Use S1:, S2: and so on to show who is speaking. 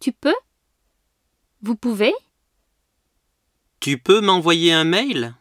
S1: Tu peux Vous pouvez
S2: Tu peux m'envoyer un mail